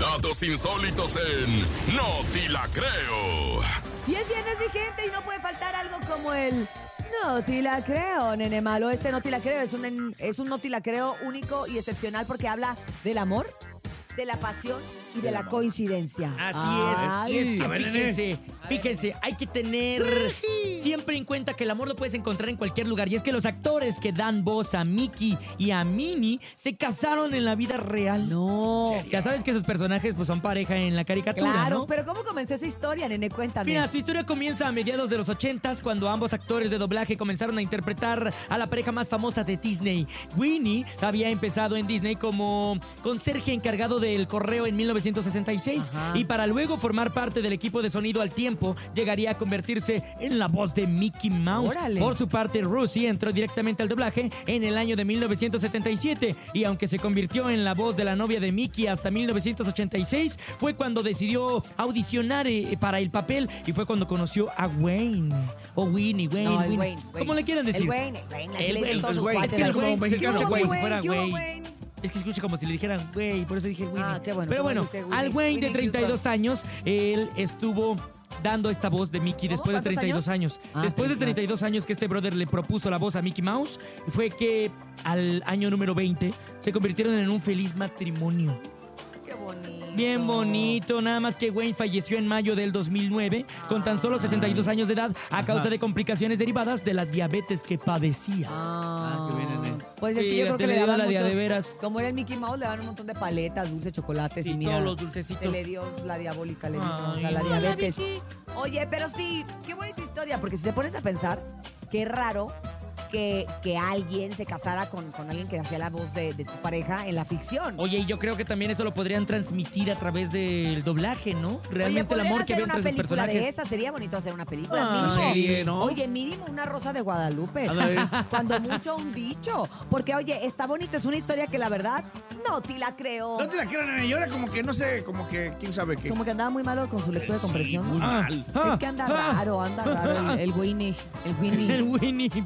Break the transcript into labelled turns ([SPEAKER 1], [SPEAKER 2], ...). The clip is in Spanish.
[SPEAKER 1] Datos insólitos en No Te La Creo.
[SPEAKER 2] Y es viernes, mi gente, y no puede faltar algo como el No te la creo, nene malo. Este No te la creo es un, en- es un No te la creo único y excepcional porque habla del amor, de la pasión y de la coincidencia.
[SPEAKER 3] Así es. Y es
[SPEAKER 2] Ay.
[SPEAKER 3] que
[SPEAKER 4] Ah, A ver, nene.
[SPEAKER 3] fíjense, fíjense, hay que tener siempre en cuenta que el amor lo puedes encontrar en cualquier lugar. Y es que los actores que dan voz a Mickey y a Minnie se casaron en la vida real. No. Ya sabes que sus personajes pues, son pareja en la caricatura,
[SPEAKER 2] Claro,
[SPEAKER 3] ¿no?
[SPEAKER 2] pero ¿cómo comenzó esa historia, nene? Cuéntame.
[SPEAKER 3] Mira, su historia comienza a mediados de los 80s cuando ambos actores de doblaje comenzaron a interpretar a la pareja más famosa de Disney. Winnie había empezado en Disney como conserje encargado del correo en 1966
[SPEAKER 2] Ajá.
[SPEAKER 3] y para luego formar parte del equipo de sonido al tiempo llegaría a convertirse en la voz de Mickey Mouse.
[SPEAKER 2] Órale.
[SPEAKER 3] Por su parte, Russie entró directamente al doblaje en el año de 1977 y aunque se convirtió en la voz de la novia de Mickey hasta 1986, fue cuando decidió audicionar eh, para el papel y fue cuando conoció a Wayne o Winnie, Wayne,
[SPEAKER 2] No, el Wayne,
[SPEAKER 3] Winnie.
[SPEAKER 2] Wayne.
[SPEAKER 3] ¿Cómo le quieran decir?
[SPEAKER 2] El Wayne, el Wayne. así
[SPEAKER 3] El
[SPEAKER 2] le dicen
[SPEAKER 3] pues Wayne,
[SPEAKER 2] todos
[SPEAKER 4] el
[SPEAKER 2] sus
[SPEAKER 4] Wayne,
[SPEAKER 3] Es
[SPEAKER 2] cuates.
[SPEAKER 3] que es
[SPEAKER 4] como
[SPEAKER 3] Wayne, se
[SPEAKER 4] mexicano,
[SPEAKER 3] escucha
[SPEAKER 2] ¿Qué
[SPEAKER 4] Wayne,
[SPEAKER 3] como
[SPEAKER 2] hubo,
[SPEAKER 3] si fuera
[SPEAKER 2] ¿Qué hubo,
[SPEAKER 3] Wayne. Es que escucha como si le dijeran güey, por eso dije Winnie.
[SPEAKER 2] Ah, qué bueno,
[SPEAKER 3] Pero
[SPEAKER 2] que
[SPEAKER 3] bueno,
[SPEAKER 2] dijiste Winnie.
[SPEAKER 3] al Wayne de
[SPEAKER 2] Winnie Houston.
[SPEAKER 3] 32 años, él estuvo dando esta voz de Mickey
[SPEAKER 2] ¿Cómo?
[SPEAKER 3] después de
[SPEAKER 2] ¿Oh, ¿Cuántos
[SPEAKER 3] 32 años.
[SPEAKER 2] Ah,
[SPEAKER 3] después de 32 años que este brother le propuso la voz a Mickey Mouse, fue que al año número 20 se convirtieron en un feliz matrimonio.
[SPEAKER 2] Qué bonito.
[SPEAKER 3] Bien bonito, nada más que Wayne falleció en mayo del 2009 con tan solo 62
[SPEAKER 2] Ah.
[SPEAKER 3] años de edad a causa de complicaciones derivadas de la diabetes que padecía.
[SPEAKER 2] Ah,
[SPEAKER 4] Ah, qué bien, nene.
[SPEAKER 2] Pues es que yo
[SPEAKER 3] Fíjate,
[SPEAKER 2] creo que
[SPEAKER 3] le
[SPEAKER 2] le
[SPEAKER 3] dio
[SPEAKER 2] daban
[SPEAKER 3] la de a
[SPEAKER 2] muchos-
[SPEAKER 3] de veras.
[SPEAKER 2] Como era el Mickey Mouse, le daban un montón de paletas, dulces, chocolates y,
[SPEAKER 3] y
[SPEAKER 2] mira,
[SPEAKER 3] todos los
[SPEAKER 2] se
[SPEAKER 3] dulcecitos.
[SPEAKER 2] le dio la diabólica, le dio, o sea,
[SPEAKER 3] Ay.
[SPEAKER 2] la
[SPEAKER 3] Hola,
[SPEAKER 2] diabetes. Oye, pero sí, qué bonita historia, porque si te pones a pensar, qué raro que, que alguien se casara con, con alguien que hacía la voz de, de tu pareja en la ficción.
[SPEAKER 3] Oye, y yo creo que también eso lo podrían transmitir a través del doblaje, ¿no?
[SPEAKER 2] Oye,
[SPEAKER 3] Realmente el
[SPEAKER 2] ¿podrían
[SPEAKER 3] amor que
[SPEAKER 2] hacer
[SPEAKER 3] había
[SPEAKER 2] una
[SPEAKER 3] entre sus
[SPEAKER 2] película
[SPEAKER 3] personajes.
[SPEAKER 2] de esa sería bonito hacer una película.
[SPEAKER 3] Ah,
[SPEAKER 2] mínimo.
[SPEAKER 4] serie, ¿no?
[SPEAKER 2] Oye, mínimo una rosa de Guadalupe.
[SPEAKER 4] Ándale.
[SPEAKER 2] Cuando mucho un dicho. Porque, oye, está bonito, es una historia que la verdad no te la creo.
[SPEAKER 4] No te la quiero, nene. Y ahora como que no sé, como que quién sabe qué.
[SPEAKER 2] Como que andaba muy malo con su lectura de
[SPEAKER 4] Sí,
[SPEAKER 3] Ah,
[SPEAKER 2] comprensión. ¿no? Ah,
[SPEAKER 4] muy mal. Ah,
[SPEAKER 2] es que anda raro, anda raro el, el Winnie. El Winnie.
[SPEAKER 3] ah, El Winnie.